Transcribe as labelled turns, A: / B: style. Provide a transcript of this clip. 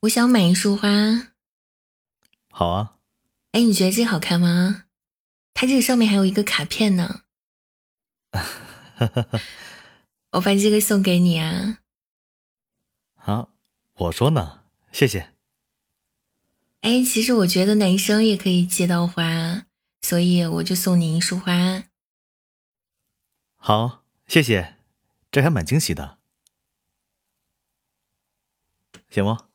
A: 我想买一束花。
B: 好啊，
A: 哎，你觉得这好看吗？它这上面还有一个卡片呢， 我把这个送给你啊。
B: 啊，我说呢，谢谢。
A: 哎，其实我觉得男生也可以接到花，所以我就送你一束花。
B: 好，谢谢，这还蛮惊喜的，行吗？